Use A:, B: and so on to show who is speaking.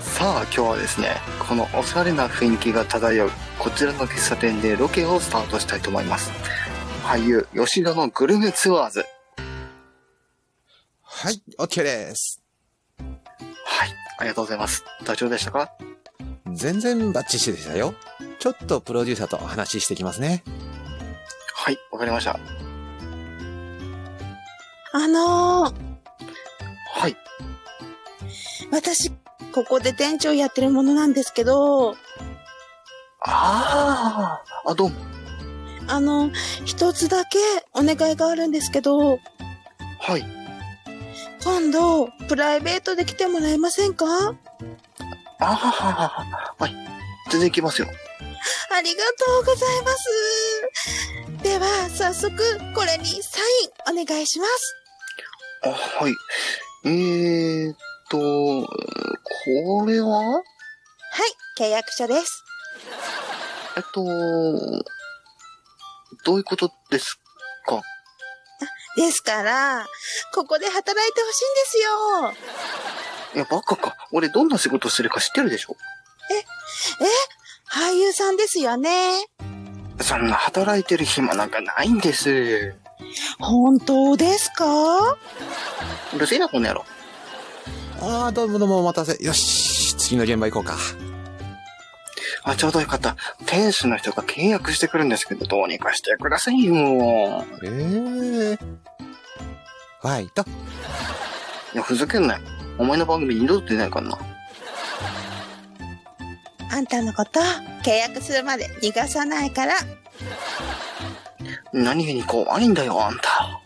A: さあ今日はですねこのおしゃれな雰囲気が漂うこちらの喫茶店でロケをスタートしたいと思います俳優吉田のグルメツアーズ
B: はい、OK です。
A: はいありがとうございます大丈夫でしたか
B: 全然バッチシでしたよ。ちょっとプロデューサーとお話ししてきますね。
A: はいわかりました
C: あのー、
A: はい
C: 私、ここで店長やってるものなんですけど、
A: あああどうも
C: あの、一つだけお願いがあるんですけど、
A: はい
C: 今度、プライベートで来てもらえませんかあ
A: ああはい全然行きますよ
C: りがとうございます。では、早速、これにサインお願いします。
A: あはいえー、っとこれは
C: はい、契約書です。
A: えっとどういうことですか
C: ですから、ここで働いてほしいん
A: い
C: ですよ。
A: や、バカか。俺どんな仕事してるか知ってるでしょ
C: 俳優さんですよね。
A: そんな働いてる暇なんかないんです。う
C: 本当ですか
A: るせえな、この野郎。
B: あー、どうもどうもお待たせ。よし、次の現場行こうか。
A: あ、ちょうどよかった。店主の人が契約してくるんですけど、どうにかしてくださいよ。
B: えー。ファイト。
A: いや、ふざけんなよ。お前の番組二度と出ないからな。
C: あんたのこと、契約するまで逃がさないから、
A: 何気にこう悪いんだよ、あんた。